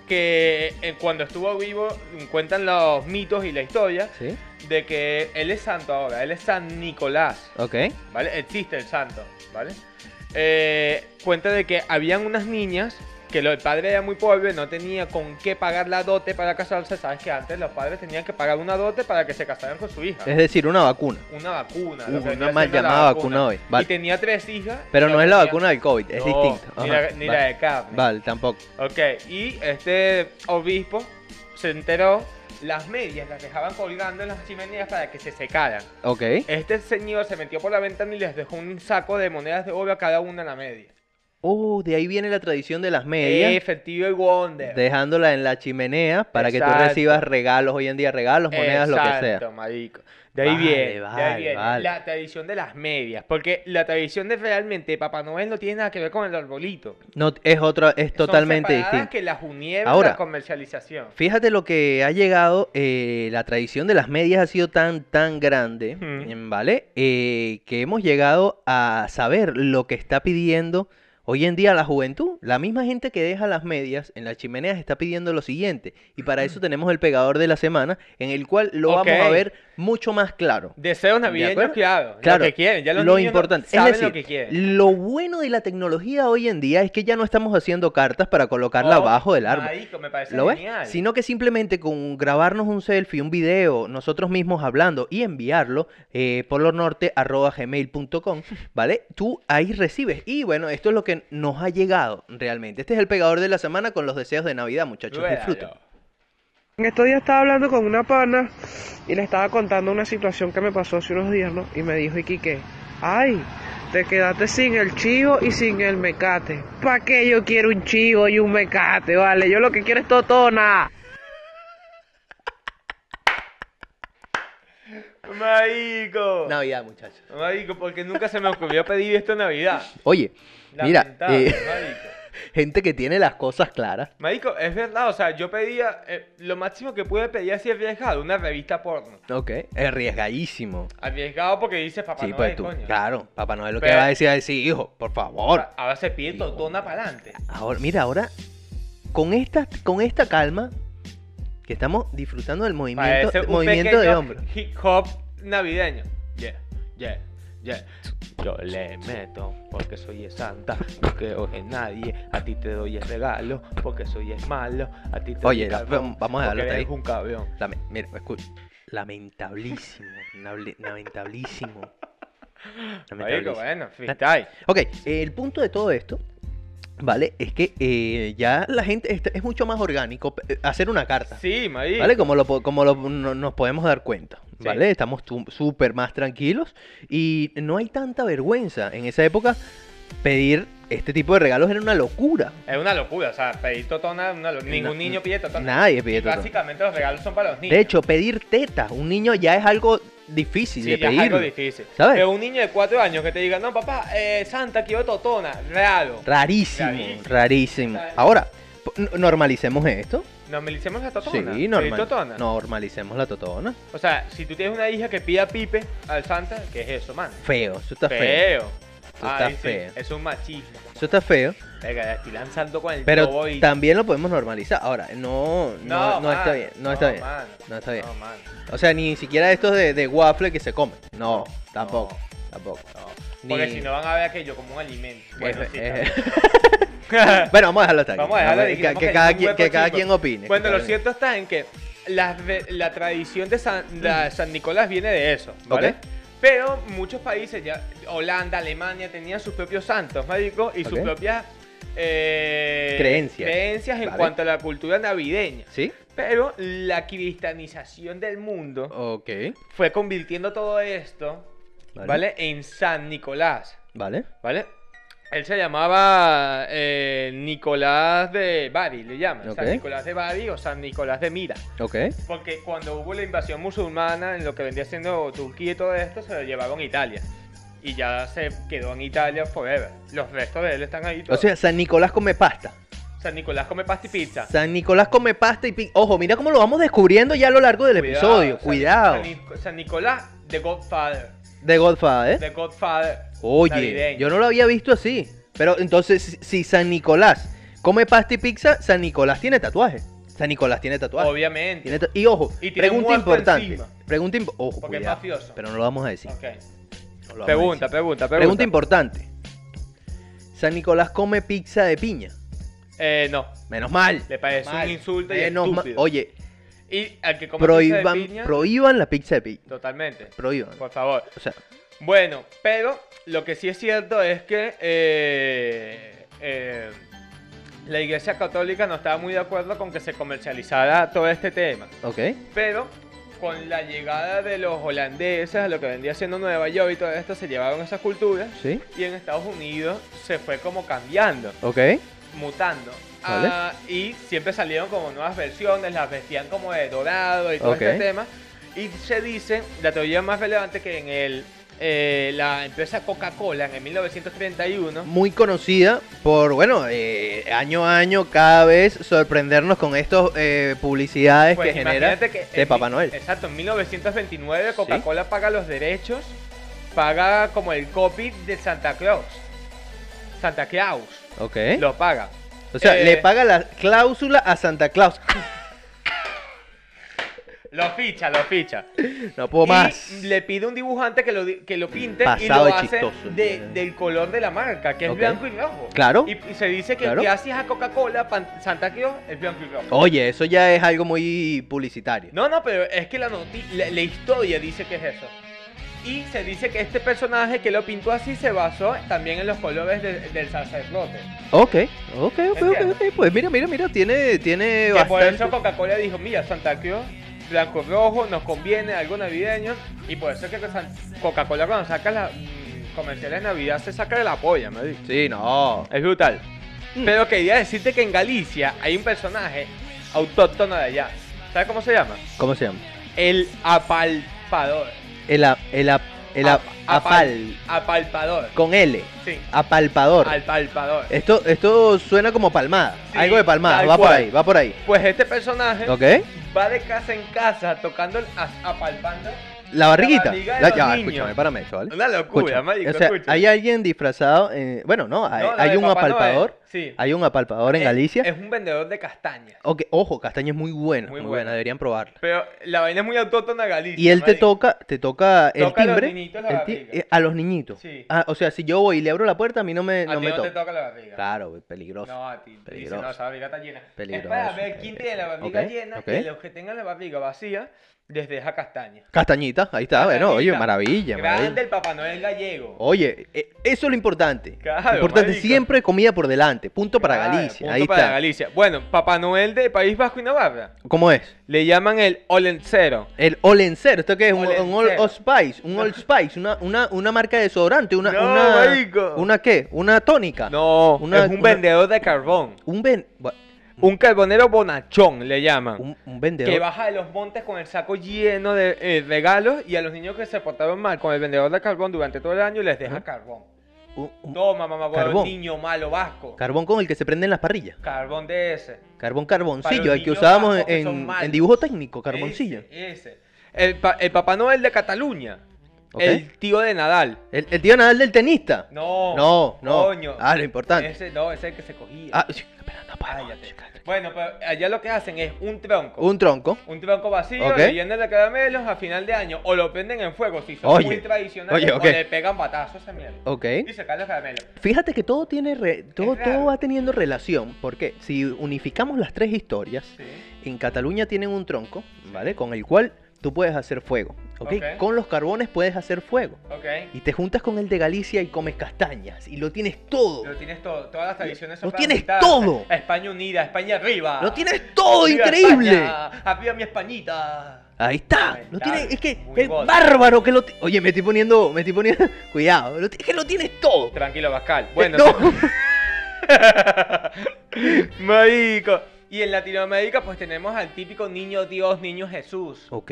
que eh, cuando estuvo vivo cuentan los mitos y la historia ¿Sí? de que él es santo ahora, él es San Nicolás, Ok, ¿vale? Existe el santo, ¿vale? Eh, cuenta de que habían unas niñas que lo- el padre era muy pobre, no tenía con qué pagar la dote para casarse, sabes que antes los padres tenían que pagar una dote para que se casaran con su hija. es decir, una vacuna. Una vacuna. Uh, lo que una vendría mal siendo la llamada vacuna hoy, vale. Y tenía tres hijas. Pero y no es la tenía- vacuna del COVID, no, es distinto. Ni, Ajá, la, ni la vale. de carne. Vale, tampoco. Ok, y este obispo se enteró, las medias las dejaban colgando en las chimeneas para que se secaran. Ok. Este señor se metió por la ventana y les dejó un saco de monedas de oro a cada una en la media. Oh, de ahí viene la tradición de las Eh, medias. efectivo y wonder. Dejándola en la chimenea para que tú Exacto. recibas regalos hoy en día, regalos, monedas, lo que sea. Exacto, marico. De ahí Vale, viene, de vale, ahí viene vale. la tradición de las medias. Porque la tradición de realmente Papá Noel no tiene nada que ver con el arbolito. No, es otra, es Son totalmente separadas distinto. que las unieron Ahora. la comercialización. Fíjate lo que ha llegado, eh, la tradición de las medias ha sido tan, tan grande, em, Ujú. ¿vale? Eh, que hemos llegado a saber lo que está pidiendo Hoy en día la juventud, la misma gente que deja las medias en las chimeneas está pidiendo lo siguiente. Y para eso tenemos el pegador de la semana, en el cual lo vamos a Ok. ver mucho más claro. Deseos acuerdo? navideños, claro. Claro, Lo que quieren, ya los lo niños no- importante. saben es decir, lo que quieren. lo bueno de la tecnología hoy en día es que ya no estamos haciendo cartas para colocarla Oh, abajo del árbol. marico, me parece ¿Lo ves? genial. Sino que simplemente con grabarnos un selfie, un video, nosotros mismos hablando y enviarlo eh, polonorte.gmail.com, ¿vale? Tú ahí recibes. Y bueno, esto es lo que nos ha llegado realmente. Este es el pegador de la semana con los deseos de Navidad, muchachos. Ruédalo. Disfruten. En estos días estaba hablando con una pana y le estaba contando una situación que me pasó hace unos días, ¿no? Y me dijo Iki que, ay, te quedaste sin el chivo y sin el mecate. ¿Para qué yo quiero un chivo y un mecate, vale? Yo lo que quiero es totona. Marico. Navidad, muchachos. Marico, porque nunca se me ocurrió pedir esto en Navidad. Oye, mira, Lamentable, eh, marico. gente que tiene las cosas claras. Marico, es verdad, o sea, yo pedía, eh, lo máximo que pude pedir así arriesgado, una revista porno. Ok, arriesgadísimo. Arriesgado porque dice papá sí, Noel, pues tú, coño. claro, Papá Noel lo que Pero- va a decir es decir, hijo, por favor. Ahora, ahora se pide totona para adelante. Ahora, mira, ahora, con esta, con esta calma, que estamos disfrutando del movimiento, Parece un movimiento de pequeño hombro. Hip hop navideño. Yeah, yeah, yeah. Yo le meto porque soy el santa, porque hoy es nadie. A ti te doy el regalo porque soy el malo. A ti te Oye, doy el la- carbón, vamos a dejarlo porque hasta eres ahí. un cabrón. Lame- mira, escucha. Lamentablísimo. nable- lamentablísimo. Marico, eh. bueno, freestyle. Ok, el punto de todo esto, ¿vale? Es que eh, ya la gente está- es mucho más orgánico eh, hacer una carta. Sí, marico. ¿Vale? Como, lo, po- como lo- no- nos podemos dar cuenta, Sí. ¿vale? Estamos tu- súper más tranquilos y no hay tanta vergüenza. En esa época, pedir este tipo de regalos era una locura. Es una locura, o sea, pedir totona, una lo- ningún niño pide totona. Nadie Y pedía totona. Básicamente los regalos son para los niños. De hecho, pedir teta, un niño ya es algo difícil sí, de ya es pedir. algo difícil. ¿sabes? Pero un niño de 4 años que te diga, no, papá, eh, Santa, quiero totona, raro. Rarísimo, rarísimo. Rarísimo. ¿Sabes? Ahora, po- n- normalicemos esto. Normalicemos la totona. Sí, Pedir normal. totona. Normalicemos la totona. O sea, si tú tienes una hija que pida pipe al Santa, ¿qué es eso, man? Feo, eso está feo. Feo. Eso está Ay, sí, feo. Es un machismo. Eso está feo. Venga, ya estoy lanzando con el Pero globo y- también lo podemos normalizar. Ahora, no, no, no, está man, bien, no está bien. man, no está bien. No, man, O sea, ni siquiera estos de, de waffle que se comen. No, tampoco, tampoco. no. Ni- Porque si no van a ver aquello como un alimento. Bueno, Es- sí, es- también. bueno, vamos a dejarlo hasta aquí. Vamos a dejarlo aquí, que- vamos que, a dejar cada un quien, hueco que cada chico. quien opine. Bueno, que lo cada- cierto está en que la, re- la tradición de San, la San Nicolás viene de eso, ¿vale? Mm. Ok. Pero muchos países, ya Holanda, Alemania, tenían sus propios santos, marico, y sus Ok. propias eh, Creencias. en Vale. cuanto a la cultura navideña. ¿Sí? Pero la cristianización del mundo Ok. fue convirtiendo todo esto, Vale. ¿vale? En San Nicolás, Vale. ¿vale? Él se llamaba eh, Nicolás de Bari, le llaman. Ok. San Nicolás de Bari o San Nicolás de Mira. Ok. Porque cuando hubo la invasión musulmana en lo que vendría siendo Turquía y todo esto, se lo llevaron a Italia. Y ya se quedó en Italia forever. Los restos de él están ahí. O todos. sea, San Nicolás come pasta. San Nicolás come pasta y pizza. San Nicolás come pasta y pi- Ojo, mira cómo lo vamos descubriendo ya a lo largo del episodio. San- Cuidado. San, Nic- San Nicolás, The Godfather. De Godfather. ¿eh? The Godfather. Oye, navideño. yo no lo había visto así. Pero entonces, si- si San Nicolás come pasta y pizza, San Nicolás tiene tatuaje. San Nicolás tiene tatuaje. Obviamente. Tiene ta- y ojo, Y tiene un pregunta muerto importante. encima. Pregunta imp- ojo, Porque es cuidado, mafioso. Pero no lo vamos a decir. Ok. no lo vamos a Pregunta, pregunta, decir. pregunta. Pregunta importante. San Nicolás come pizza de piña. Eh, no. Menos mal. Le parece Mal. un insulto y Menos mal. estúpido. Oye, Y al que come pizza prohíban, de piña, prohíban la pizza de piña. Totalmente. Prohíban. Por favor. O sea, Bueno, pero lo que sí es cierto es que eh, eh, la Iglesia Católica no estaba muy de acuerdo con que se comercializara todo este tema. ok. Pero con la llegada de los holandeses a lo que vendría siendo Nueva York y todo esto, se llevaron esas culturas Sí. y en Estados Unidos se fue como cambiando, Ok. mutando. Vale. Ah, y siempre salieron como nuevas versiones, las vestían como de dorado y todo Ok. este tema. Y se dice, la teoría más relevante que en el eh, la empresa Coca-Cola en el 1931 muy conocida por, bueno, eh, año a año cada vez sorprendernos con estas publicidades Pues que genera imagínate que de en Papá mi- Noel. Exacto, en 1929 Coca-Cola paga los derechos, paga como el copy de Santa Claus. Santa Claus Ok. lo paga. o sea, Eh, le paga la cláusula a Santa Claus. Lo ficha, lo ficha. No puedo Y más. le pide un dibujante que lo, di- que lo pinte Pasado y de lo hace chistoso. de- del color de la marca, que es Ok. blanco y rojo. Claro. Y, y se dice que el Claro. que haces a Coca-Cola, pan- Santa Claus, es blanco y rojo. Oye, eso ya es algo muy publicitario. No, no, pero es que la, noti- la, la historia dice que es eso. Y se dice que este personaje que lo pintó así se basó también en los colores de- del sacerdote. Ok, ok, ok, ok, Entiendo. ok. Pues mira, mira, mira, tiene, tiene Que por bastante. eso Coca-Cola dijo, mira, Santa Claus, blanco rojo, nos conviene, algo navideño. Y por eso es que San- Coca-Cola cuando saca las mm, comerciales de Navidad se saca de la polla, me dice. Sí, no. Es brutal. Mm. Pero quería decirte que en Galicia hay un personaje autóctono de allá. ¿Sabes cómo se llama? ¿Cómo se llama? El apalpador. El, a- el, a- el a- Ap- apal- apal. Apalpador. Con L. Sí. Apalpador. Apalpador. Esto, esto suena como palmada. Sí, algo de palmada. tal Va por cual. ahí, va por ahí. Pues este personaje Ok. va de casa en casa tocando, el- as- apalpando. La barriguita. barriga de La- los ya, va, niños. escúchame, párame esto, ¿vale? Una locura, Escucha, marico, o sea, escucha. hay alguien disfrazado. eh, bueno, no, hay, No, la hay de un Papá Noel, apalpador. Sí. Hay un apalpador en Es- Galicia. Es un vendedor de castañas. Ok, ojo, castaña es muy buena. Muy buena. Muy, buena, deberían probarla. Pero la vaina es muy autóctona de Galicia. Y él te marico. toca, te toca el Toca a los timbre. niñitos la el ti- barriga. eh, a los niñitos. Sí. Ah, o sea, si yo voy y le abro la puerta, a mí no me, A no ti me no te toca. toca la barriga. Claro, güey, peligroso. No, a ti. te Dice, Peligroso. no, esa barriga está llena. Peligroso, Es para ver quién tiene la barriga ok, llena ok. y los que tengan la barriga vacía les deja castaña. Castañita, ahí está, bueno, oye, Castañita. maravilla, Grande maravilla. el Papá Noel gallego. Oye, eh, eso es lo importante. Claro, importante marico. siempre comida por delante. Punto para Claro, Galicia. punto ahí para está. Galicia. Bueno, Papá Noel de País Vasco y Navarra. ¿Cómo es? Le llaman el Olencero. El Olencer, ¿esto qué es? Un, un Old Olencero. Old Spice, un Old Spice, una, una, una marca de desodorante, una, No, una, marico. una qué, una tónica. No, Una- es un una- vendedor de carbón. Un ven, bu- Un carbonero bonachón le llaman. un, un vendedor. que baja de los montes con el saco lleno de eh, regalos y a los niños que se portaron mal con el vendedor de carbón durante todo el año les deja Ajá. carbón. un- un Toma, mamá, huevo, Carbón. niño malo vasco. carbón con el que se prenden las parrillas. carbón de ese. Carbón Para carboncillo, los el que niños usábamos bajos que en, son en malos. dibujo técnico, carboncillo. Ese. ese. El, pa- el Papá Noel de Cataluña. Ok. El tío de Nadal. El, el tío Nadal del tenista. No. No, no. Coño. Ah, lo importante. Ese no, ese es el que se cogía. Ah, sí, pero no podemos. Cállate. Bueno, pero allá lo que hacen es un tronco. Un tronco. Un tronco vacío, Ok. lo llenan de caramelos a final de año o lo prenden en fuego si son Oye, muy tradicionales oye, ok. o le pegan batazos a mierda. Ok. Y sacan los caramelos. Fíjate que todo tiene re- todo, Es raro. todo va teniendo relación, porque si unificamos las tres historias, Sí. en Cataluña tienen un tronco, ¿vale? Con el cual tú puedes hacer fuego, ¿ok? Ok. Con los carbones puedes hacer fuego. Ok. Y te juntas con el de Galicia y comes castañas. Y lo tienes todo. Lo tienes todo, todas las tradiciones Lo son para tienes juntarse. todo. A España unida, España arriba. Lo tienes todo, Viva increíble. España, arriba mi Españita. Ahí está. Lo Lamentable. tiene, es que Muy es bueno. bárbaro que lo ti- Oye, me estoy poniendo, me estoy poniendo. Cuidado, lo ti- es que lo tienes todo. Tranquilo, Pascal. Bueno, no. marico. Y en Latinoamérica, pues tenemos al típico niño Dios, niño Jesús. Ok,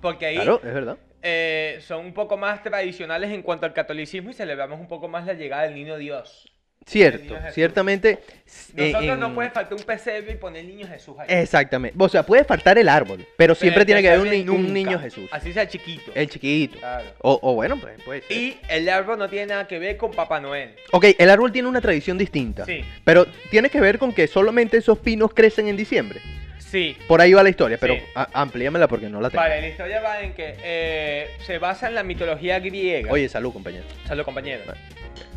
Porque ahí claro, es verdad. eh, son un poco más tradicionales en cuanto al catolicismo y celebramos un poco más la llegada del niño Dios. Cierto, Jesús. ciertamente. s- eh, Nosotros en- no puede faltar un pesebre y poner niño Jesús ahí. Exactamente. O sea, puede faltar el árbol, pero siempre El tiene que haber un, pesebre ni- un nunca, niño Jesús. Eh, Así sea chiquito. El chiquito. Claro. O, o bueno, pues puede ser. Y el árbol no tiene nada que ver con Papá Noel. Ok, el árbol tiene una tradición distinta. Sí. Pero tiene que ver con que solamente esos pinos crecen en diciembre. Sí. Por ahí va la historia, pero Sí. a- amplíamela porque no la tengo. Vale, la historia va en que eh, se basa en la mitología griega. Oye, salud, compañero. Salud, compañero. Vale.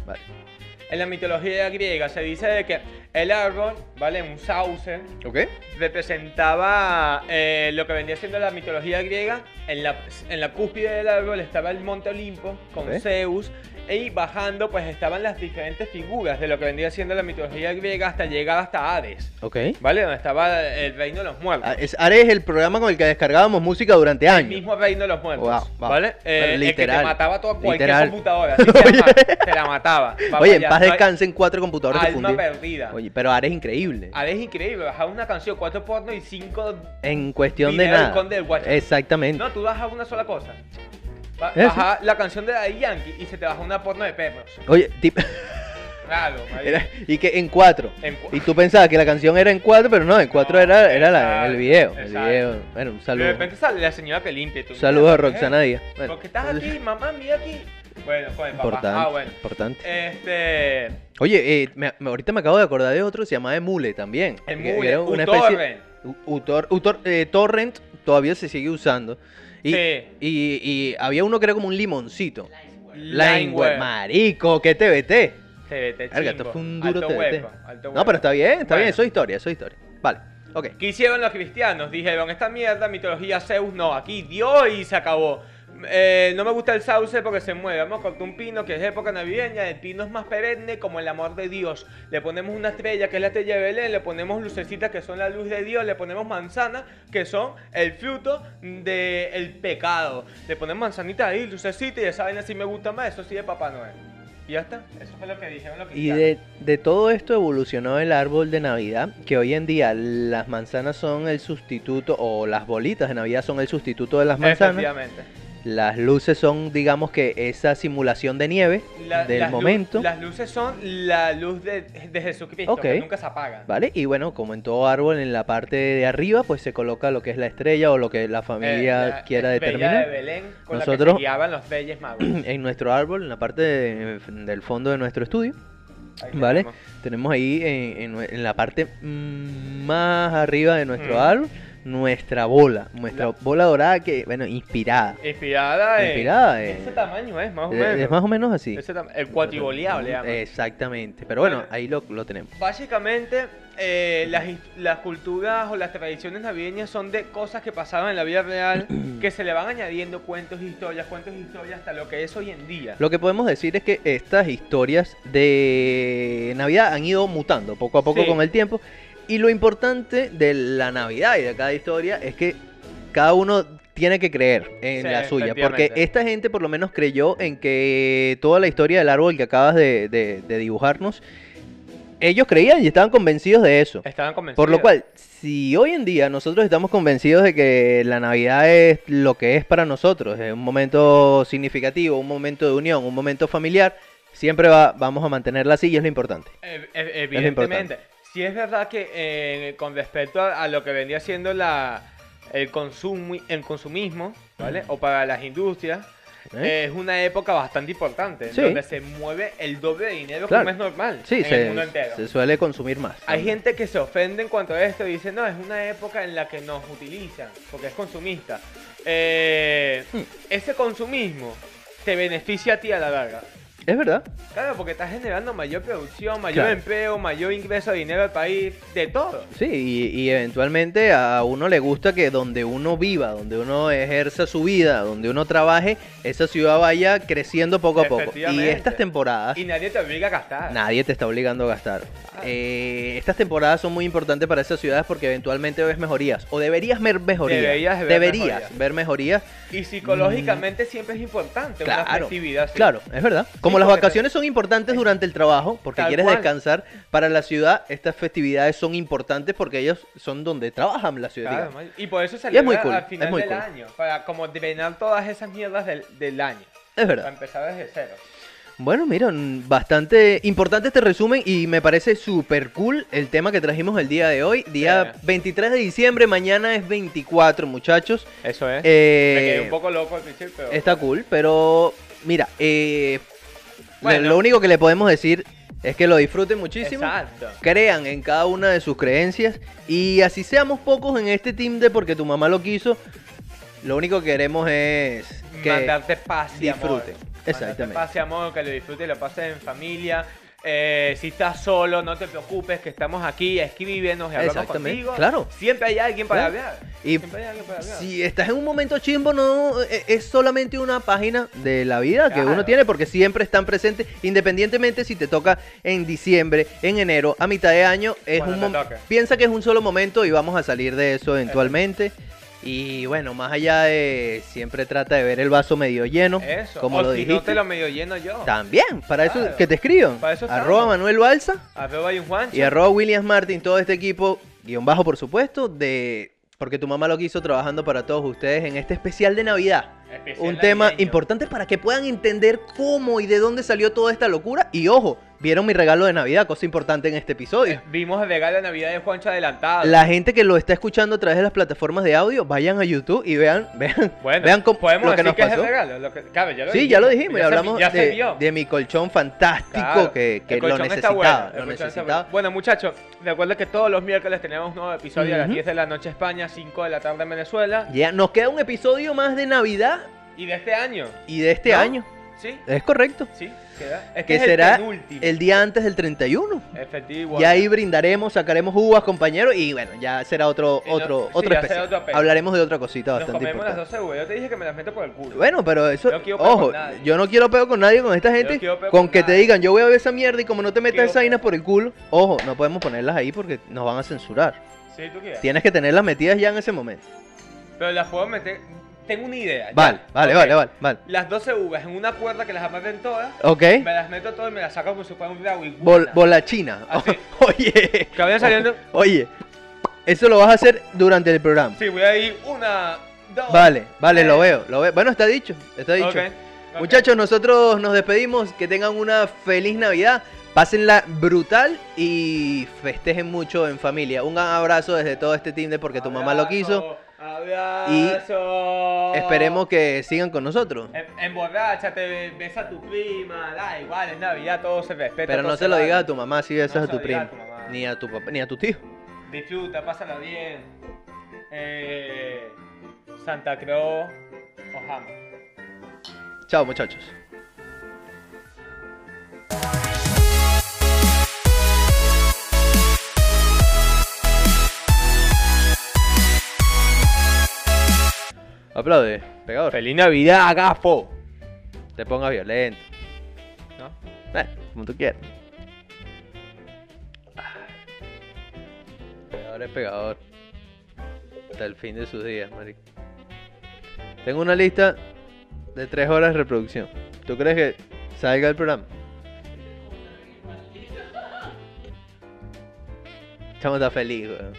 Vale. En la mitología griega se dice de que el árbol, ¿vale? Un sauce, ¿Ok? representaba eh, lo que venía siendo la mitología griega. En la, en la cúspide del árbol estaba el monte Olimpo con Ok. Zeus. Y bajando, pues estaban las diferentes figuras de lo que venía siendo la mitología griega hasta llegar hasta Hades, Ok. ¿vale? Donde estaba el reino de los muertos. Ah, es- Ares es el programa con el que descargábamos música durante El años. mismo reino de los muertos. Wow, wow. ¿Vale? Eh, Bueno, El que literal, te mataba a toda cualquier literal. computadora. así se Oye. llama, te la mataba. Va para Oye, en allá, paz no hay descansen cuatro computadores Alma difundidos. perdida. Oye, pero Ares es increíble. Ahora es increíble, bajar una canción, cuatro pornos y cinco. En cuestión de Video del nada. Conde del Guacho. Exactamente. No, tú bajas una sola cosa. Ba- Eh, Baja la canción de Daddy Yankee y se te baja una porno de perros. Oye, tip- Claro, marico. era- y que en cuatro. En cu- Y tú pensabas que la canción era en cuatro, pero no, en cuatro No, era, era la- exacto, el video. El exacto. video. Bueno, un De saludo. repente sale la señora que limpia. y tú, Un saludo a mira, eh, ¿por qué? Roxana Díaz. Bueno, ¿Por qué estás aquí, mamá? Mira aquí. Bueno, con el papá. Importante. Ah, bueno. Importante. Este. Oye, eh, me- me- ahorita me acabo de acordar de otro, se llamaba Emule también. El que mule, era un una especie- torrent. U- Utor- Utor- eh, Torrent todavía se sigue usando. Y, Sí. y- y había uno que era como un limoncito. Lineware. Lineware, marico, que TBT. TBT, Verga, chimbo. esto fue un duro Alto TBT. hueco, alto No, hueco. pero está bien, está bien, Bueno. eso es historia, eso es historia. Vale, ok. ¿Qué hicieron los cristianos? Dijeron, esta mierda, mitología Zeus, no, aquí Dios y se acabó. Eh, no me gusta el sauce porque se mueve. Vamos a cortar un pino que es época navideña. El pino es más perenne como el amor de Dios. Le ponemos una estrella que es la estrella de Belén. Le ponemos lucecitas que son la luz de Dios. Le ponemos manzanas que son el fruto del pecado. Le ponemos manzanitas ahí, lucecitas y esa vaina sí me gusta más. Eso sí de Papá Noel. Y ya está. Eso fue lo que dijeron los Y cristianos. de, de todo esto evolucionó el árbol de Navidad, que hoy en día las manzanas son el sustituto, o las bolitas de Navidad son el sustituto de las manzanas. Efectivamente. Las luces son, digamos que, esa simulación de nieve La- del las lu- momento. las luces son la luz de, de Jesucristo, Ok. que nunca se apaga. ¿Vale? Y bueno, como en todo árbol, en la parte de arriba, pues se coloca lo que es la estrella o lo que la familia Eh, la quiera estrella determinar. de Belén con la que Nosotros- se guiaban los reyes magos. En nuestro árbol, en la parte de- del fondo de nuestro estudio, Ahí ¿vale? tenemos. Tenemos ahí en, en nue- en la parte mm, más arriba de nuestro Mm. árbol nuestra bola, nuestra La- bola dorada que, bueno, inspirada. Inspirada en... Inspirada en- Ese tamaño es, más o Eh, menos. Es más o menos así. Ese tam- El cuatriboleado le llaman. Exactamente. Pero bueno, Vale. ahí lo, lo tenemos. Básicamente, eh, las, his- las culturas o las tradiciones navideñas son de cosas que pasaban en la vida real que se le van añadiendo cuentos, historias, cuentos, historias, hasta lo que es hoy en día. Lo que podemos decir es que estas historias de Navidad han ido mutando poco a poco Sí. con el tiempo. Y lo importante de la Navidad y de cada historia es que cada uno tiene que creer en Sí, la suya. Porque efectivamente. esta gente por lo menos creyó en que toda la historia del árbol que acabas de, de- de dibujarnos, ellos creían y estaban convencidos de eso. Estaban convencidos. Por lo cual, si hoy en día nosotros estamos convencidos de que la Navidad es lo que es para nosotros, es un momento significativo, un momento de unión, un momento familiar, siempre va- vamos a mantenerla así y es lo importante. Ev- ev- lo importante. Evidentemente. Sí es verdad que eh, con respecto a, a lo que vendría siendo la, el, consumi- el consumismo, ¿vale? O para las industrias, ¿eh? es una época bastante importante, Sí. donde se mueve el doble de dinero Claro. como es normal sí, en el se, mundo entero. se suele consumir más. Hay gente que se ofende en cuanto a esto y dice, no, es una época en la que nos utilizan, porque es consumista. Eh, Mm. Ese consumismo te beneficia a ti a la larga. Es verdad. Claro, porque estás generando mayor producción, mayor Claro. empleo, mayor ingreso de dinero al país, de todo. Sí, y, y eventualmente a uno le gusta que donde uno viva, donde uno ejerza su vida, donde uno trabaje, esa ciudad vaya creciendo poco a poco. Y Efectivamente. estas temporadas... Y nadie te obliga a gastar. Nadie te está obligando a gastar. Ah. Eh, estas temporadas son muy importantes para esas ciudades porque eventualmente ves mejorías. O deberías ver mejorías. Deberías ver Deberías mejorías. ver mejorías. Y psicológicamente siempre es importante una Mm. Claro. festividad. sí. Claro, es verdad. Como las porque te- vacaciones son importantes durante el trabajo, porque Tal quieres cual. descansar, para la ciudad estas festividades son importantes porque ellos son donde trabajan la ciudad. Claro, digamos. man. y por eso se Y es muy cool, al final es muy del cool. año, para como drenar todas esas mierdas del, del año, Es para verdad. empezar desde cero. Bueno, mira, mm, bastante importante este resumen y me parece súper cool el tema que trajimos el día de hoy. Día Sí. 23 de diciembre, mañana es 24, muchachos. Eso es. Eh, Me quedé un poco loco al principio, pero Está cool, pero mira, eh, Bueno. lo, lo único que le podemos decir es que lo disfruten muchísimo. Exacto. Crean en cada una de sus creencias y así seamos pocos en este team de porque tu mamá lo quiso. Lo único que queremos es que Mandarte paz y amor. disfruten. Exactamente. Mandarte paz y amor, que lo disfrutes, lo pases en familia. Eh, si estás solo, no te preocupes, que estamos aquí, escríbenos y hablamos Exactamente, contigo. claro. Siempre hay alguien para Claro. hablar. Y Siempre hay alguien para hablar. si estás en un momento chimbo, no eh, es solamente una página de la vida que uno Claro. tiene porque siempre están presentes, independientemente si te toca en diciembre, en enero, a mitad de año, es Cuando un te mom- toque. piensa que es un solo momento y vamos a salir de eso eventualmente. Y bueno, más allá de siempre trata de ver el vaso medio lleno, Eso. como o lo si dijiste. no te lo medio lleno yo. También, para eso Claro. que te escriban. Para eso estamos. Arroba Manuel Balsa Arroba y un Juancho. y arroba Williams Martin, todo este equipo, guión bajo por supuesto, de porque tu mamá lo quiso trabajando para todos ustedes en este especial de Navidad. Especial Un tema navideño. importante para que puedan entender cómo y de dónde salió toda esta locura. Y ojo, vieron mi regalo de Navidad, cosa importante en este episodio. Vimos el regalo de Navidad de Juancho adelantado. La gente que lo está escuchando a través de las plataformas de audio, vayan a YouTube y vean, vean, Bueno, vean cómo, podemos lo que decir nos que es pasó. el regalo. lo que- claro, ya lo sí, dijimos, ya lo dijimos, ya se- hablamos ya se de, vio. de mi colchón fantástico Claro, que, que el lo colchón está necesitaba. bueno, el lo colchón está necesitaba. bueno. Bueno, muchachos, recuerden que todos los miércoles tenemos un nuevo episodio a las Ujú. 10 de la noche España, 5 de la tarde en Venezuela. Ya, nos queda un episodio más de Navidad Y de este año, y de este ¿No? año. ¿sí? Es correcto. Sí, queda. Este Es que que es será el penúltimo. el día antes del 31. Efectivo. Y ahí brindaremos, sacaremos uvas, compañeros, y bueno, ya será otro Y no- otro sí, ya otro será especial. otro apego. Hablaremos de otra cosita Nos bastante comemos las importante. 12 uvas. Yo te dije que me las meto por el culo. Bueno, pero eso, No quiero peo ojo, con nadie. yo no quiero peo con nadie, con esta gente, quiero peo con con que te nadie. digan, yo voy a ver esa mierda y como no te metas quiero esa vaina peo. por el culo, ojo, no podemos ponerlas ahí porque nos van a censurar. Sí, tú quieres. Tienes que tenerlas metidas ya en ese momento. Pero las puedo meter. Tengo una idea. ya. Vale, vale, Ok. vale, vale, vale. Las 12 uvas en una cuerda que las amarren todas. Ok, Me las meto todas y me las saco como si fuera un dragón. Bol- bola china. Así. oye, Que vayan saliendo. oye, eso lo vas a hacer durante el programa. Sí, voy a ir una, dos. Vale, vale, lo tres. veo, lo veo. Bueno, está dicho, está dicho. Ok, ok. Muchachos, nosotros nos despedimos. Que tengan una feliz Navidad. Pásenla brutal y festejen mucho en familia. Un gran abrazo desde todo este team de Porque tu mamá lo quiso. Abrazo, Y abrazo. Esperemos que sigan con nosotros. En- Emborráchate, besa a tu prima, da igual, es Navidad, todo se respeta. Pero todo no se lo vale. digas a tu mamá si besas No a se tu lo digas primo. a tu mamá. Ni a tu papá, ni a tu tío. Disfruta, pásala bien. Eh, Santa Cruz, os amo. Chao, muchachos. Aplaude, pegador. Eh, Feliz Navidad, gafo. Te pongas violento. ¿No? Eh, como tú quieras. Pegador es pegador. Hasta el fin de sus días, marico. Tengo una lista de tres horas de reproducción. ¿Tú crees que salga el programa? Chamo está feliz, weón.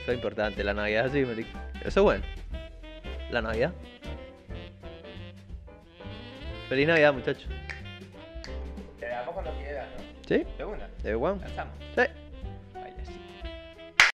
Eso es importante. La Navidad es así, marico. Eso es bueno. La Navidad. Feliz Navidad, muchachos. Te damos cuando quieras, ¿no? ¿Sí? De una, De one. lanzamos. Sí.